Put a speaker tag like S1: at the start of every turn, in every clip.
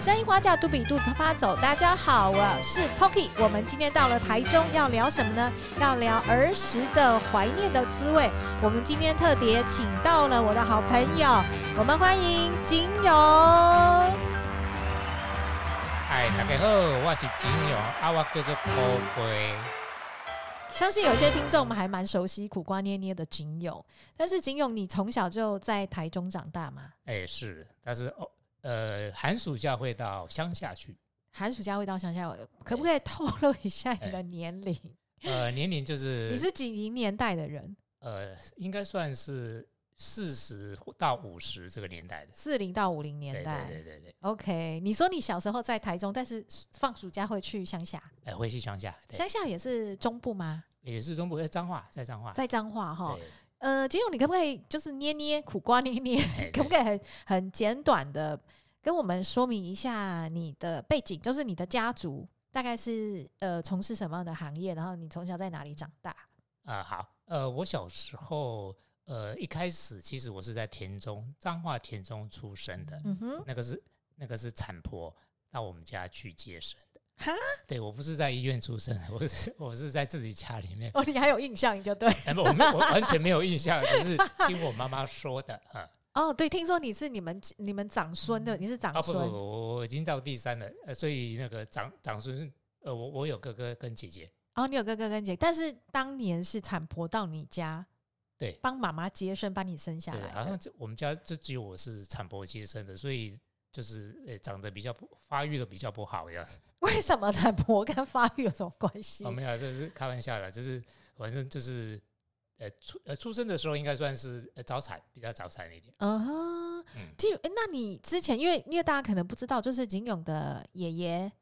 S1: 声音花轿嘟比嘟啪啪走。大家好，我是 Pocky。我们今天到了台中，要聊什么呢？要聊儿时的怀念的滋味。我们今天特别请到了我的好朋友，我们欢迎景勇。
S2: 嗨，哎大家好，我是金勇，啊，我叫做苦瓜。
S1: 相信有些听众们还蛮熟悉苦瓜捏捏的景勇，但是景勇，你从小就在台中长大吗？
S2: 哎、是，但是哦，呃，寒暑假会到乡下去，
S1: 寒暑假会到乡下，可不可以透露一下你的
S2: 哎
S1: 年龄？
S2: 呃，年龄就是
S1: 你是几零年代的人？
S2: 呃，应该算是四十到五十这个年代的
S1: 四零到五零年代。
S2: 对对对对对，
S1: OK，你说你小时候在台中，但是放暑假会去乡下，
S2: 哎、回去乡下，对，
S1: 乡下也是中部吗？
S2: 也是中部在彰化，在彰化，
S1: 在彰化哈。
S2: 对
S1: 呃，金勇，你可不可以就是捏捏苦瓜捏捏，
S2: 哎
S1: 可不
S2: 对
S1: 可以很很简短的跟我们说明一下你的背景，就是你的家族大概是呃从事什么样的行业，然后你从小在哪里长大？
S2: 啊、好，呃，我小时候，呃，一开始其实我是在田中彰化田中出生的，
S1: 嗯哼，
S2: 那个是那个是产婆到我们家去接生的。
S1: 哈，，
S2: 对我不是在医院出生的，我是我是在自己家里面
S1: 哦，你还有印象就对。
S2: 哎不我没有我完全没有印象，只是听我妈妈说的。嗯，
S1: 哦，对，听说你是你们你们长孙的，你是长
S2: 啊不
S1: 孙。
S2: 不不，我我已经到第三了，呃，所以那个长长孙，呃，我我有哥哥跟姐姐，
S1: 哦，你有哥哥跟姐，但是当年是产婆到你家
S2: 对
S1: 帮妈妈接生，把你生下
S2: 对，
S1: 哦来
S2: 好
S1: 的
S2: 像这我们家就只有我是产婆接生的，所以就是呃长得比较不发育的比较不好呀。
S1: 为什么产婆跟发育有什么关系？
S2: 哦，没有，这是开玩笑的，就是反正就是呃出呃出生的时候应该算是呃早产，比较早产一点。
S1: 啊哈，
S2: 嗯，
S1: 就、诶那你之前，因为因为大家可能不知道，就是景勇的爷爷
S2: 哎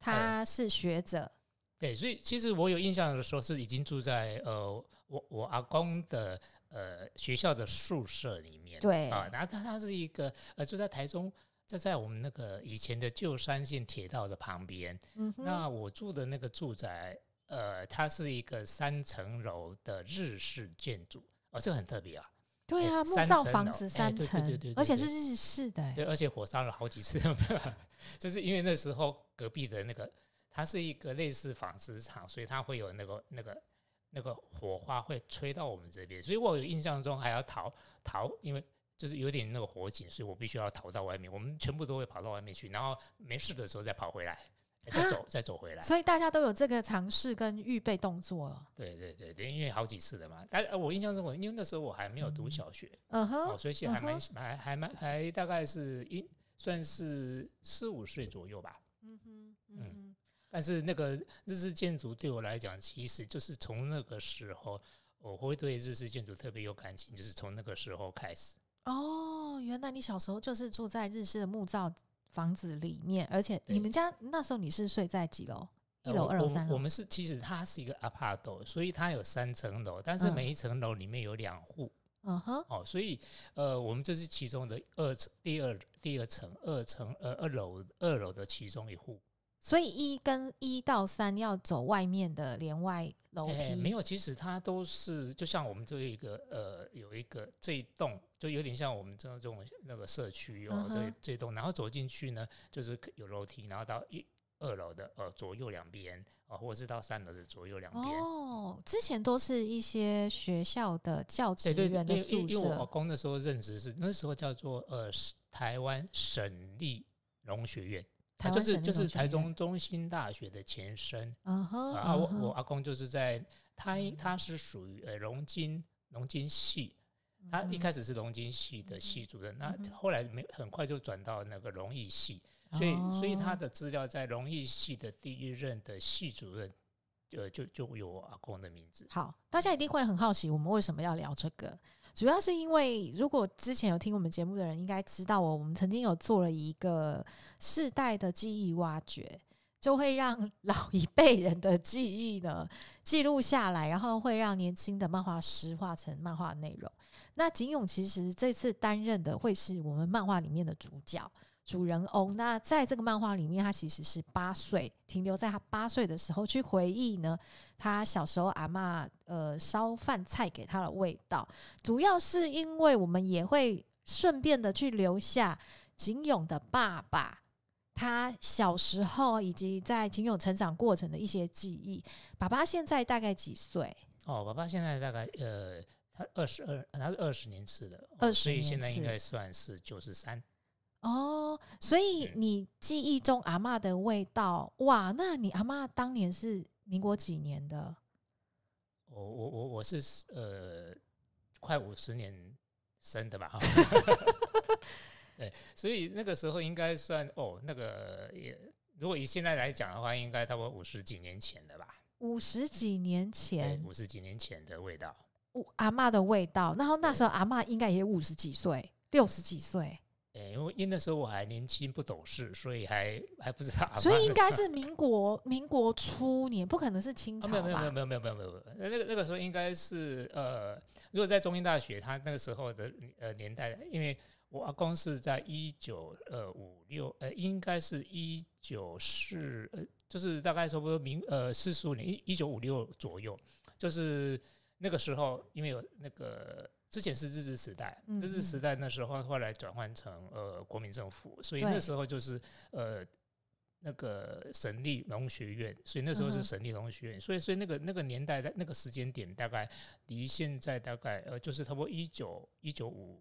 S1: 他是学者，
S2: 对，所以其实我有印象的时候是已经住在呃我我阿公的呃学校的宿舍里面，
S1: 对
S2: 啊，然后他他是一个呃住在台中，就在我们那个以前的旧山线铁道的旁边。
S1: 嗯哼，
S2: 那我住的那个住宅，呃，它是一个三层楼的日式建筑，哦，这个很特别啊。
S1: 对啊，
S2: 哎
S1: 木
S2: 三
S1: 造
S2: 层
S1: 房
S2: 楼
S1: 子
S2: 哎
S1: 三
S2: 对对
S1: 层，
S2: 对对对
S1: 而且是
S2: 对
S1: 日式的、
S2: 对，而且火烧了好几次， 就是因为那时候隔壁的那个，它是一个类似纺织厂，所以它会有那个那个那个火花会吹到我们这边，所以我有印象中还要逃逃，因为就是有点那个火警，所以我必须要逃到外面，我们全部都会跑到外面去，然后没事的时候再跑回来，再走再走回来。
S1: 啊所以大家都有这个尝试跟预备动作了。
S2: 对对对对，因为好几次了嘛，但呃我印象中我因为那时候我还没有读小学，
S1: 嗯哼，
S2: 哦，所以其实
S1: 嗯
S2: 还蛮还还蛮还大概是一算是四五岁左右吧。
S1: 嗯哼，嗯
S2: 嗯
S1: 哼。
S2: 但是那个日式建筑对我来讲，其实就是从那个时候，我会对日式建筑特别有感情，就是从那个时候开始。
S1: 哦，原来你小时候就是住在日式的木造房子里面，而且你
S2: 对
S1: 们家那时候你是睡在几楼？一
S2: 呃
S1: 楼、
S2: 我
S1: 二楼、
S2: 我们
S1: 三
S2: 我
S1: 楼？
S2: 们是其实它是一个 apart，所以它有三层楼，但是
S1: 嗯
S2: 每一层楼里面有两户、
S1: 嗯哼，
S2: 哦，所以呃，我们就是其中的二层第二第二层二层呃二楼二楼的其中一户。
S1: 所以一跟一到三要走外面的连外楼
S2: 哎，
S1: 梯，
S2: 没有，其实它都是就像我们这一个呃，有一个这一栋，就有点像我们这种这种那个社区哦，
S1: 嗯哼
S2: 这这一栋，然后走进去呢，就是可有楼梯，然后到一二楼的呃左右两边哦，或者是到三楼的左右两边。
S1: 哦，之前都是一些学校的教职
S2: 对对
S1: 员
S2: 对，
S1: 的
S2: 因为因
S1: 宿
S2: 为因为我老
S1: 舍，
S2: 公那时候任职是那时候叫做呃是台湾省立农学院，
S1: 台
S2: 它
S1: 湾
S2: 就
S1: 省
S2: 是
S1: 立
S2: 就是
S1: 农学
S2: 台
S1: 院
S2: 中中心大学的前身。
S1: 嗯哼，
S2: 啊，
S1: 嗯
S2: 我
S1: 哼
S2: 我阿公就是在他他是属于呃龙津龙津系，他
S1: 嗯
S2: 一开始是龙津系的系主任，那后来没很快就转到那个龙艺系，所以所以他
S1: 哦
S2: 的资料在龙艺系的第一任的系主任，呃就就有我阿公的名字。
S1: 好，大家一定会很好奇，我们为什么要聊这个？主要是因为，如果之前有听我们节目的人，应该知道哦我我们曾经有做了一个世代的记忆挖掘，就会让 老一辈人的记忆呢记录下来，然后会让年轻的漫画师画成漫画内容。那景勇其实这次担任的会是我们漫画里面的主角。主人翁，那在这个漫画里面，他其实是八岁，停留在他八岁的时候去回忆呢，他小时候阿嬷呃烧饭菜给他的味道，主要是因为我们也会顺便的去留下景勇的爸爸他小时候以及在仅有成长过程的一些记忆。爸爸现在大概几岁？
S2: 哦，爸爸现在大概呃，他二十二，他是二十年次的，哦
S1: 20
S2: 所以现在
S1: 年次
S2: 应该算是九十三。
S1: 哦，所以你记忆中阿嬷的味道，哇，那你阿嬷当年是民国几年的？
S2: 我哦我我我是呃，快五十年生的吧，哈 对，所以那个时候应该算哦，那个也如果以现在来讲的话，应该差不多五十几年前的吧，
S1: 五十几年
S2: 对
S1: 前，，
S2: 五十几年前的味道。
S1: 我阿嬷的味道。然后那时候阿嬷应该也五十几岁，六十几岁，
S2: 诶，因为因为那时候我还年轻不懂事，所以还还不知道阿嬷那时候。
S1: 所以应该是民国民国初年，不可能是清
S2: 啊，
S1: 朝
S2: 没有没有没
S1: 吧？
S2: 有没有没有没有没有，那那个那个时候应该是呃，如果在中兴大学，他那个时候的呃年代，因为我阿公是在一九呃五六呃，应该是一九四呃，就是大概差不多民呃四十五年一一九五六左右，就是那个时候，因为有那个之前是日治时代，
S1: 嗯
S2: 日治时代那时候后来转换成呃国民政府，所以
S1: 对
S2: 那时候就是呃那个省立农学院，所以那时候
S1: 嗯
S2: 是
S1: 哼
S2: 省立农学院，所以所以那个那个年代在那个时间点，大概离现在大概呃就是差不多一九一九五。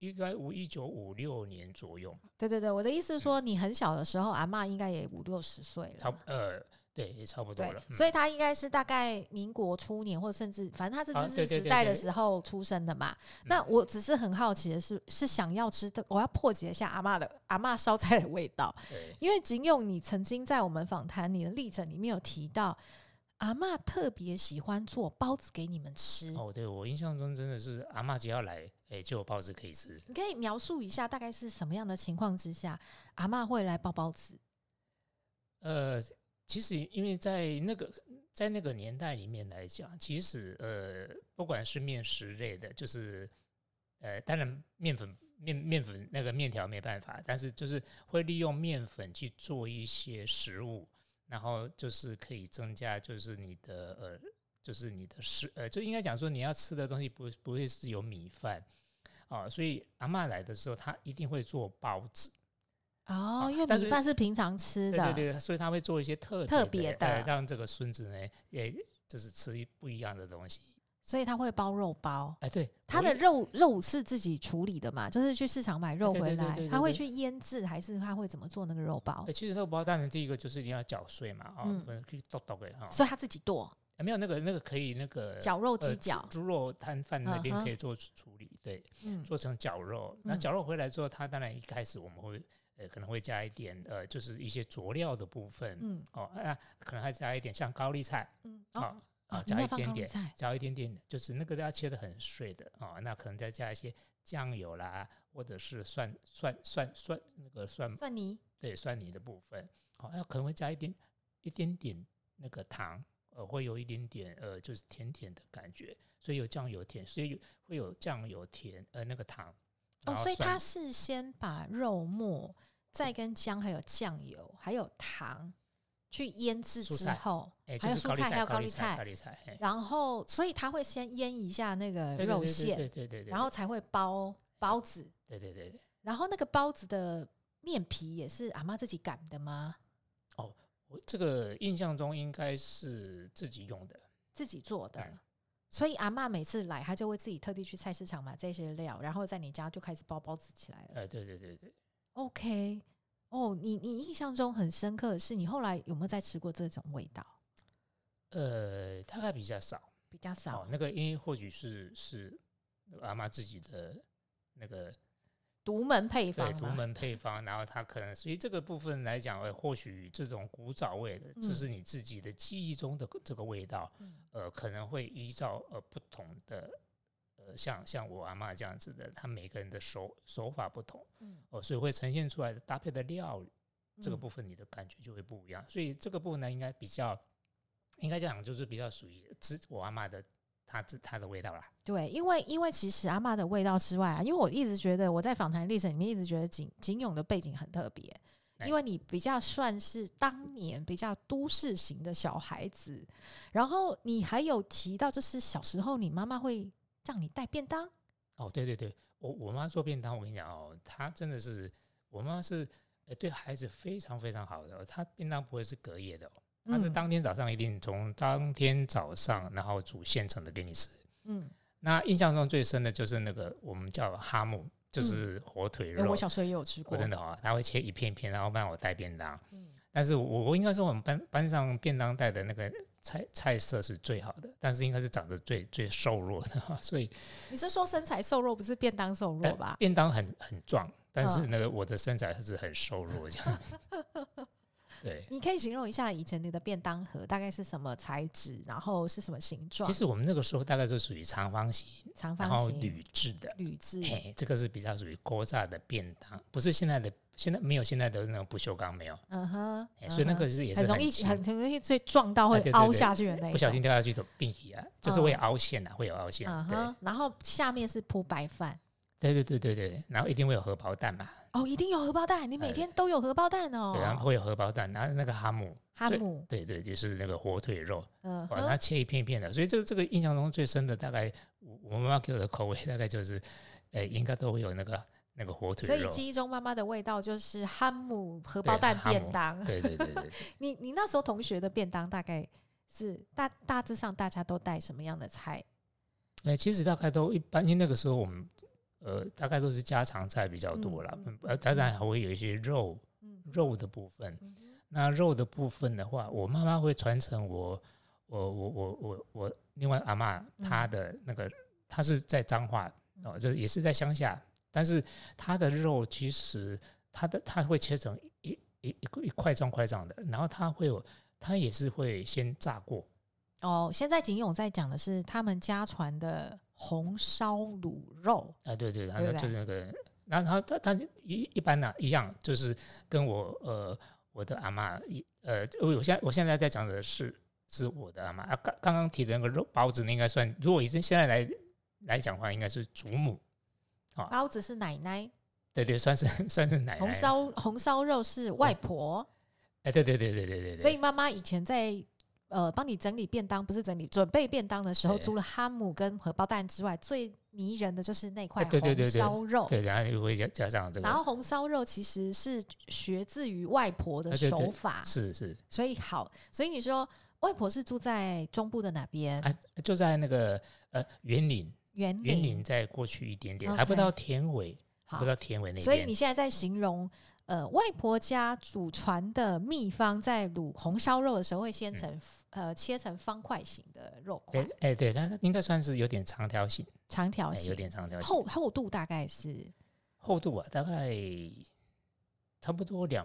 S2: 应该五一九五六年左右，
S1: 对对对，我的意思是说，你很小的时候，阿嬷应该也五六十岁
S2: 嗯差
S1: 了
S2: 不。呃，对，也差不多
S1: 啊对
S2: 了，。嗯
S1: 所
S2: 以
S1: 以她应该是大概民国初年，或甚至反正她
S2: 啊
S1: 是日
S2: 对
S1: 治
S2: 对
S1: 时
S2: 对
S1: 代的
S2: 对嗯
S1: 时候出生的嘛。那我只是很好奇的是，是想要知道，我要破解一下阿嬷的阿嬷烧菜的味道。
S2: 嗯对
S1: 因为仅有你曾经在我们访谈你的历程里面有提到，阿嬷特别喜欢做包子给你们吃，
S2: 哦，对我印象中真的是阿嬷只要来，哎、就有包子可以吃。
S1: 你可以描述一下大概是什么样的情况之下，阿嬷会来包包子？
S2: 呃，其实因为在那个在那个年代里面来讲，其实呃，不管是面食类的，就是呃，当然面粉面面粉那个面条没办法，但是就是会利用面粉去做一些食物，然后就是可以增加就是你的呃，就是你的食呃，就应该讲说你要吃的东西不不会是有米饭。啊、所以阿嬷来的时候，她一定会做包子。
S1: 哦，
S2: 啊
S1: 因为
S2: 但是
S1: 米饭是平常吃的，
S2: 对对对，所以他会做一些特
S1: 特
S2: 别
S1: 别
S2: 呃
S1: 的
S2: 让这个孙子呢，也就是吃一不一样的东西。
S1: 所以他会包肉包。
S2: 哎，对，
S1: 他
S2: 我
S1: 的
S2: 一
S1: 肉肉是自己处理的嘛，就是去市场买肉
S2: 对
S1: 回
S2: 对对对
S1: 来
S2: 对，对
S1: 他会
S2: 对
S1: 去腌制，还是他会怎么做那个肉包
S2: 呃？其实肉包当然第一个就是你要搅碎嘛，啊、
S1: 嗯
S2: 可能可以剁剁给哈，
S1: 所以他自己剁
S2: 哎没有那个那个可以那个
S1: 绞肉
S2: 呃
S1: 鸡
S2: 猪
S1: 脚，
S2: 猪肉摊贩那边
S1: 嗯哼
S2: 可以做处处理，对，
S1: 嗯，
S2: 做成绞肉。那
S1: 嗯
S2: 绞肉回来之后，它当然一开始我们会呃可能会加一点呃就是一些佐料的部分，
S1: 嗯
S2: 哦，那、可能还加一点像高丽菜，
S1: 嗯
S2: 啊、
S1: 哦，
S2: 啊，
S1: 你
S2: 加
S1: 没
S2: 一
S1: 有放
S2: 点
S1: 高丽
S2: 点。
S1: 菜，
S2: 加一点点，就是那个要切的很碎的啊、那可能再加一些酱油啦，或者是蒜蒜蒜蒜那个蒜
S1: 蒜泥，
S2: 对蒜泥的部分，好、那可能会加一点一点点那个糖，呃，会有一点点呃，就是甜甜的感觉，所以有酱油甜，所以有会有酱油甜呃那个糖，
S1: 哦
S2: 然，后
S1: 所以
S2: 蒜
S1: 他是先把肉末、再跟姜、还有酱油、还有糖去腌制
S2: 蔬
S1: 之
S2: 菜
S1: 后，
S2: 哎、就
S1: 还有
S2: 是
S1: 蔬菜，还有
S2: 高
S1: 高丽
S2: 菜高
S1: 菜，
S2: 丽菜，嘿
S1: 然后所以他会先腌一下那个
S2: 对对
S1: 肉
S2: 对对
S1: 馅，
S2: 对对对对，
S1: 然后才会包包子。
S2: 对对对对。
S1: 然后那个包子的面皮也是阿妈自己擀的吗？
S2: 我这个印象中应该是自己用的，
S1: 自己做的
S2: 嗯。
S1: 所以阿妈每次来，她就会自己特地去菜市场买这些料，然后在你家就开始包包子起来了。
S2: 呃，对对对对，
S1: OK，哦，你你印象中很深刻的是，你后来有没有再吃过这种味道？
S2: 呃，大概比较少。
S1: 比较少，
S2: 哦，那个因为或许是是那个阿妈自己的那个
S1: 独门配
S2: 对
S1: 方
S2: 独
S1: 嘛。
S2: 门配方，然后她可能所以这个部分来讲，呃，或许这种古早味的，
S1: 嗯
S2: 就是你自己的记忆中的这个味道，
S1: 嗯
S2: 呃，可能会依照呃不同的。呃，像像我阿妈这样子的，她每个人的手手法不同，
S1: 嗯
S2: 哦，所以会呈现出来的搭配的料这个
S1: 嗯
S2: 部分你的感觉就会不一样。所以这个部分呢，应该比较，应该讲就是比较属于吃我阿妈的她自她的味道啦。
S1: 对，因为因为其实阿嬷的味道之外啊，因为我一直觉得我在访谈历程里面一直觉得景景勇的背景很特别，
S2: 哎
S1: 因为你比较算是当年比较都市型的小孩子，然后你还有提到就是小时候你妈妈会让你带便当，
S2: 哦，对对对，我我妈做便当，我跟你讲哦，她真的是我妈是，哎、呃对孩子非常非常好的哦。它便当不会是隔夜的、哦，它
S1: 嗯
S2: 是当天早上一定从当天早上，然后煮现成的给你吃。
S1: 嗯，
S2: 那印象中最深的就是那个我们叫哈姆，就是火腿
S1: 嗯
S2: 肉。
S1: 哎我小时候也有吃
S2: 我
S1: 过，
S2: 真的哦，他会切一片一片，然后帮我带便当。
S1: 嗯
S2: 但是我我应该说我们班班上便当带的那个菜菜色是最好的，但是应该是长得最最瘦弱的，哦所以
S1: 你是说身材瘦弱，不是便当瘦弱吧？
S2: 便当很很壮，但是
S1: 嗯
S2: 那个我的身材还是很瘦弱这样。 对，
S1: 你可以形容一下以前你的便当盒大概是什么材质，然后是什么形状
S2: 其？实我们那个时候大概就属于长方形，
S1: 长
S2: 然后
S1: 方形、嗯
S2: 铝制的，
S1: 铝制，
S2: 哎，这个是比较属于锅炸的便当，不是现在的现在没有现在的那种不锈钢没有，
S1: 嗯哼
S2: 哎，所以那
S1: 嗯哼
S2: 个是也是
S1: 很容易
S2: 轻
S1: 很很容易最撞到会
S2: 哎对对
S1: 凹
S2: 对
S1: 下去的那一
S2: 不小
S1: 种
S2: 心掉下去的病体啊，就是
S1: 嗯
S2: 会凹陷啊，会有凹陷。
S1: 嗯
S2: 对
S1: 哼，然后下面是铺白饭。
S2: 对对对对对，然后一定会有荷包蛋嘛，
S1: 哦，一定有荷包蛋，你每
S2: 哎
S1: 天都有荷包蛋哦。
S2: 对，然后会有荷包蛋，然后那个哈姆，
S1: 哈
S2: 所以
S1: 姆，
S2: 对对，就是那个火腿肉，
S1: 嗯
S2: 把它
S1: 哼，
S2: 切一片一片的，所以这个这个印象中最深的大概我我妈妈给我的口味大概就是，呃，应该都会有那个那个火
S1: 所
S2: 腿
S1: 以
S2: 肉，
S1: 记忆中妈妈的味道就是哈姆荷包
S2: 对
S1: 蛋
S2: 哈
S1: 便
S2: 姆
S1: 当。
S2: 对对对 对，
S1: 你你那时候同学的便当大概是大大致上大家都带什么样的菜？
S2: 呃，其实大概都一般，因为那个时候我们呃大概都是家常菜比较多啦，
S1: 嗯
S2: 呃，当然还会有一些肉
S1: 嗯
S2: 肉的部分，
S1: 嗯哼
S2: 那肉的部分的话，我妈妈会传承我我我我我我另外阿嬷
S1: 嗯
S2: 她的那个，她是在彰化哦，这也是在乡下，但是她的肉其实她的她会切成一一一一块状块状的，然后她会有她也是会先炸过，
S1: 哦，现在景勇在讲的是他们家传的红烧卤肉，
S2: 啊，对对，然
S1: 对
S2: 后
S1: 不
S2: 就是那个，然后他他他一一般呢、一样，就是跟我呃我的阿妈一呃，我我现在我现在在讲的是是我的阿妈啊，刚刚刚提的那个肉包子，那应该算，如果以现在来来讲的话，应该是祖母，哦
S1: 包子是奶奶，
S2: 对对，算是算是奶奶
S1: 红，烧红烧肉是外婆，
S2: 哎，对对对对哦对对对，
S1: 所以妈妈以前在。呃，帮你整理便当，不是整理准备便当的时候，
S2: 对
S1: 除了哈姆跟荷包蛋之外，最迷人的就是那块
S2: 哎对对
S1: 红
S2: 对对
S1: 烧肉。
S2: 对，然后又会加加上这
S1: 然
S2: 个，
S1: 后红烧肉其实是学自于外婆的
S2: 哎对对
S1: 手法，
S2: 是是，
S1: 所以好，所以你说外婆是住在中部的哪边？
S2: 啊，就在那个呃园林
S1: 园
S2: 园
S1: 林
S2: 林再过去一点点，还不
S1: OK
S2: 到田尾，还
S1: 好
S2: 不，到田尾那边，
S1: 所以你现在在形容呃外婆家祖传的秘方，在卤红烧肉的时候会先
S2: 嗯
S1: 成、呃切成方块型的肉块
S2: 哎，哎，对，它应该算是有点长条形，
S1: 长条
S2: 哎
S1: 形，
S2: 有点长条形，
S1: 厚厚度大概是
S2: 厚度啊，大概差不多两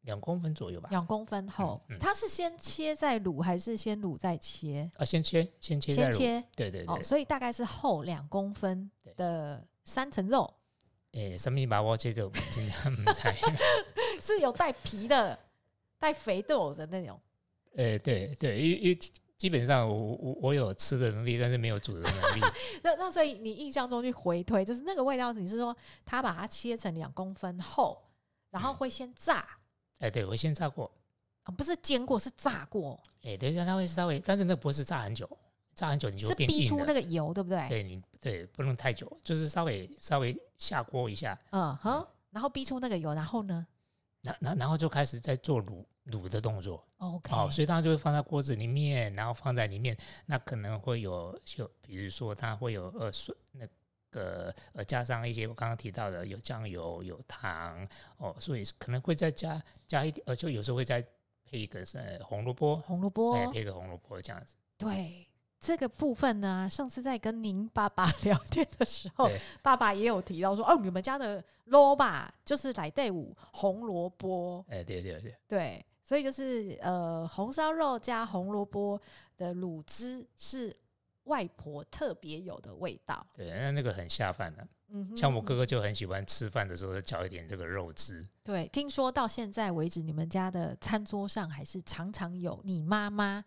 S2: 两公分左右吧。
S1: 两公分厚。
S2: 嗯嗯
S1: 它是先切再卤，还是先卤再切？
S2: 啊，先切，先切
S1: 先
S2: 再卤，
S1: 切
S2: 对对对
S1: 哦，，所以大概是厚两公分
S2: 对
S1: 的三层肉，
S2: 诶，什么把握这个真的唔 知，
S1: 是有带皮的、带肥豆的那种。
S2: 诶，哎对对，因为因为基本上我我我有吃的能力，但是没有煮的能力。
S1: 那那所以你印象中去回推，就是那个味道，你是说他把它切成两公分厚，然后
S2: 嗯
S1: 会先炸，
S2: 哎，对我先炸过，
S1: 啊不是煎过，是炸过，
S2: 哎，等一下它会稍微，但是那不是炸很久，炸很久你就会
S1: 是
S2: 变
S1: 逼
S2: 硬
S1: 出那
S2: 了。
S1: 个油，对不对？
S2: 对你对不能太久，就是稍微稍微下锅一下，
S1: 嗯哼，然后逼出那个油，然后呢
S2: 然然然后就开始在做卤卤的动作。
S1: ？OK，
S2: 哦，所以它就会放在锅子里面，然后放在里面，那可能会有就比如说它会有呃水那个呃加上一些我刚刚提到的有酱油有糖哦，所以可能会再加加一点呃，就有时候会再配一个是呃红萝卜，
S1: 红萝卜，
S2: 哎，配一个红萝卜这样子。
S1: 对。这个部分呢，上次在跟您爸爸 聊天的时候
S2: 对，
S1: 爸爸也有提到说，哦，你们家的萝卜就是来队伍红萝卜，
S2: 哎，对对对，
S1: 对，所以就是呃，红烧肉加红萝卜的卤汁是外婆特别有的味道。
S2: 对，那那个很下饭的、
S1: 嗯哼，
S2: 像我哥哥就很喜欢吃饭的时候嚼一点这个肉汁。
S1: 对，听说到现在为止，你们家的餐桌上还是常常有你妈妈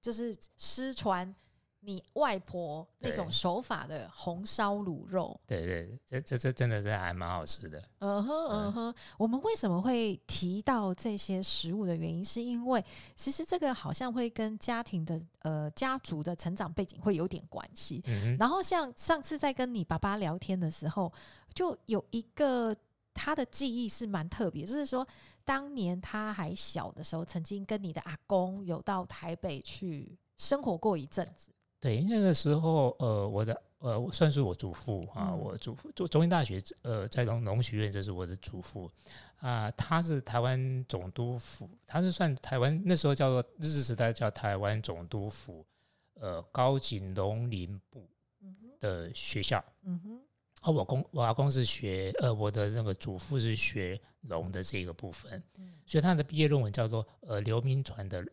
S1: 就是失传你外婆那种
S2: 对
S1: 手法的红烧卤肉。
S2: 对对，这这这真的是还蛮好吃的。
S1: 嗯哼嗯哼，我们为什么会提到这些食物的原因，是因为其实这个好像会跟家庭的呃家族的成长背景会有点关系。
S2: 嗯哼，
S1: 然后像上次在跟你爸爸聊天的时候，就有一个他的记忆是蛮特别，就是说当年他还小的时候，曾经跟你的阿公有到台北去生活过一阵子。
S2: 对，那个时候，呃，我的呃，我算是我祖父啊，
S1: 嗯
S2: 我祖父中中英大学，呃，在农农学院，这是我的祖父啊、他是台湾总督府，他是算台湾那时候叫做日治时代叫台湾总督府，呃，高级农林部
S1: 嗯哼，
S2: 的学校。
S1: 嗯哼，
S2: 啊，我公我阿公是学呃，我的那个祖父是学农的这个部分，
S1: 嗯
S2: 所以他的毕业论文叫做呃刘铭传的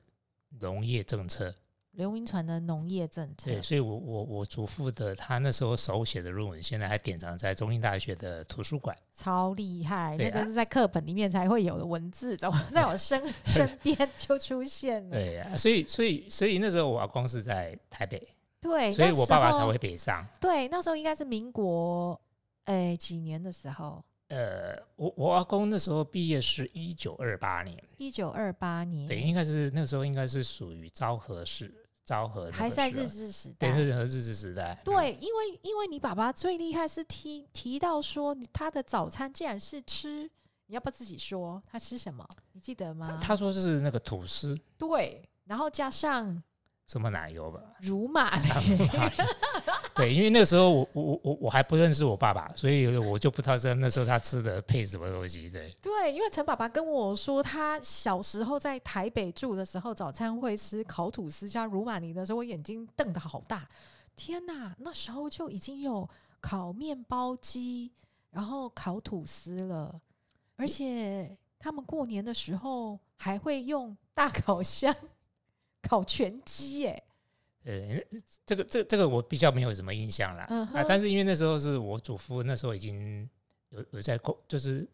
S2: 农业政策。
S1: 刘云传的农业政策
S2: 对，，所以我我我祖父的他那时候手写的论文，现在还典藏在中英大学的图书馆。
S1: 超厉害，
S2: 对
S1: 那
S2: 啊
S1: 个是在课本里面才会有的文字，怎么 在我 身身边就出现了？
S2: 对啊，所以所以所以那时候我阿公是在台北，
S1: 对，
S2: 所以
S1: 哎那
S2: 我爸爸
S1: 时
S2: 才
S1: 候
S2: 会北上。
S1: 对，那时候应该是民国哎几年的时候，
S2: 呃，我我阿公那时候毕业是一九二八年，
S1: 一九二八年，
S2: 对，应该是那时候应该是属于昭和时昭和那个
S1: 还在
S2: 时候
S1: 日治时
S2: 对
S1: 代。
S2: 日和日治时代。嗯，
S1: 对，因为因为你爸爸最厉害是提提到说他的早餐竟然是吃，你要不要自己说他吃什么？你记得
S2: 他
S1: 吗？
S2: 他说是那个吐司
S1: 对，然后加 上
S2: 什么奶油吧，
S1: 乳马
S2: 啊
S1: 嘞，
S2: 不好意思对，因为那时候我我我我还不认识我爸爸，所以我就不知道是那时候他吃的配什么东西。对，
S1: 对，因为陈爸爸跟我说，他小时候在台北住的时候，早餐会吃烤吐司加乳马尼的时候，我眼睛瞪得好大。天哪，那时候就已经有烤面包机，然后烤吐司了，而且他们过年的时候还会用大烤箱 烤全鸡耶。
S2: 呃，这个这这个我比较没有什么印象啦。
S1: 嗯
S2: 啊
S1: 哼，
S2: 但是因为那时候是我祖父，那时候已经有有在工，就是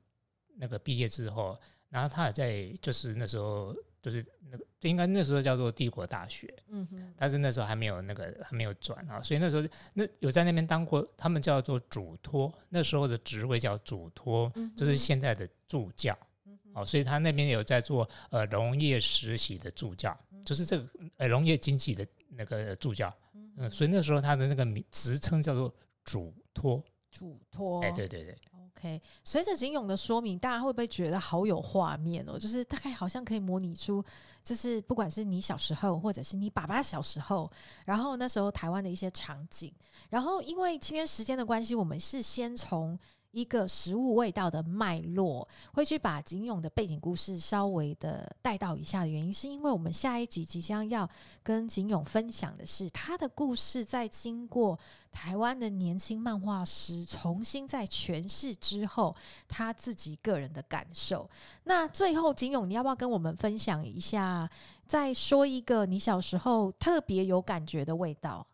S2: 那个毕业之后，然后他也在就是那时候就是那个这应该那时候叫做帝国大学，
S1: 嗯哼，
S2: 但是那时候还没有那个还没有转啊，所以那时候那有在那边当过，他们叫做主托，那时候的职位叫主托，
S1: 嗯哼
S2: 就是现在的助教。哦，所以他那边有在做呃农业实习的助教，就是这个呃农业经济的那个助教，嗯、所以那时候他的那个名职称叫做主托，
S1: 嘱托。
S2: 哎、对对对，
S1: OK，随着景勇的说明，大家会不会觉得好有画面哦？就是大概好像可以模拟出，就是不管是你小时候，或者是你爸爸小时候，然后那时候台湾的一些场景。然后因为今天时间的关系，我们是先从一个食物味道的脉络，会去把景勇的背景故事稍微的带到一下。原因是因为我们下一集即将要跟景勇分享的是他的故事，在经过台湾的年轻漫画师重新在诠释之后，他自己个人的感受。那最后，景勇，你要不要跟我们分享一下？再说一个你小时候特别有感觉的味道？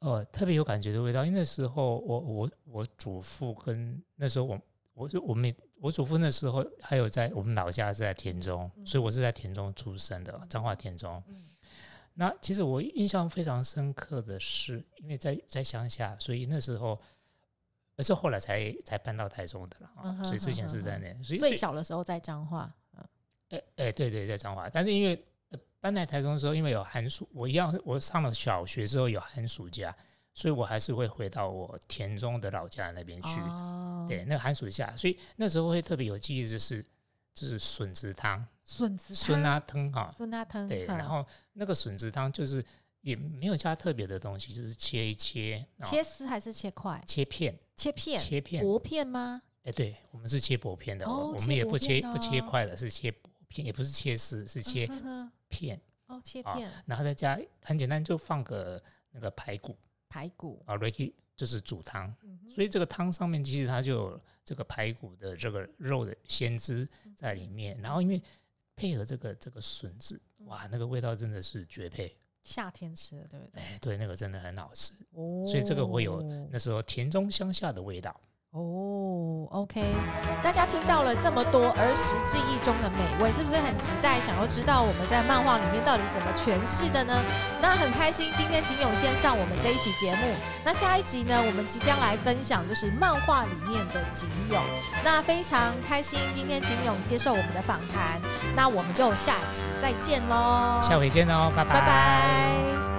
S2: 呃，特别有感觉的味道。因为那时候我我我祖父跟那时候我我是我们我祖父那时候还有在我们老家是在田中，所以我是在田中出生的，彰化田中。
S1: 嗯
S2: 那其实我印象非常深刻的是，因为在在乡下，所以那时候，而是后来才才搬到台中的了啊、
S1: 嗯哼
S2: 所以之前
S1: 哼
S2: 是在
S1: 哼
S2: 那，所以所
S1: 最
S2: 以
S1: 小的时候在彰化，嗯
S2: 哎哎，对对，在彰化，但是因为、呃搬来台中的时候，因为有寒暑，我一样是，我上了小学之后有寒暑假，所以我还是会回到我田中的老家那边去。
S1: 哦，
S2: 对，，那个寒暑假，所以那时候会特别有记忆，就是就是笋子汤、
S1: 笋子
S2: 笋
S1: 汤，
S2: 啊汤哈、
S1: 笋啊汤，
S2: 对，
S1: 嗯
S2: 然后那个笋子汤就是也没有加特别的东西，就是切一切，然后
S1: 切丝还是切块？
S2: 切片，
S1: 切片？
S2: 哦切片。
S1: 薄片吗？
S2: 哎，对，我们是切薄片的，
S1: 哦
S2: 我
S1: 切
S2: 们也
S1: 薄
S2: 不切
S1: 片的
S2: 不切
S1: 哦
S2: 块的，是切薄片，也不是切丝，是切
S1: 嗯哼哼
S2: 片。
S1: 哦，切
S2: 啊
S1: 片，
S2: 然后再加很简单，就放个那个排骨
S1: 排骨，
S2: 啊 r i k i 就是煮汤，
S1: 嗯哼
S2: 所以这个汤上面其实它就有这个排骨的这个肉的鲜汁在里
S1: 嗯
S2: 面，然后因为配合这个这个笋子，哇，那个味道真的是绝配，
S1: 夏天吃的，对不对？
S2: 哎，对，那个真的很好吃。
S1: 哦，
S2: 所以这个我有那时候田中乡下的味道，
S1: 哦，OK，大家听到了这么多儿时记忆中的美味，是不是很期待？想要知道我们在漫画里面到底怎么诠释的呢？那很开心，今天景勇先上我们这一期节目。那下一集呢，我们即将来分享就是漫画里面的景勇。那非常开心，今天景勇接受我们的访谈。那我们就下集再见喽，
S2: 下回见哦，
S1: 拜拜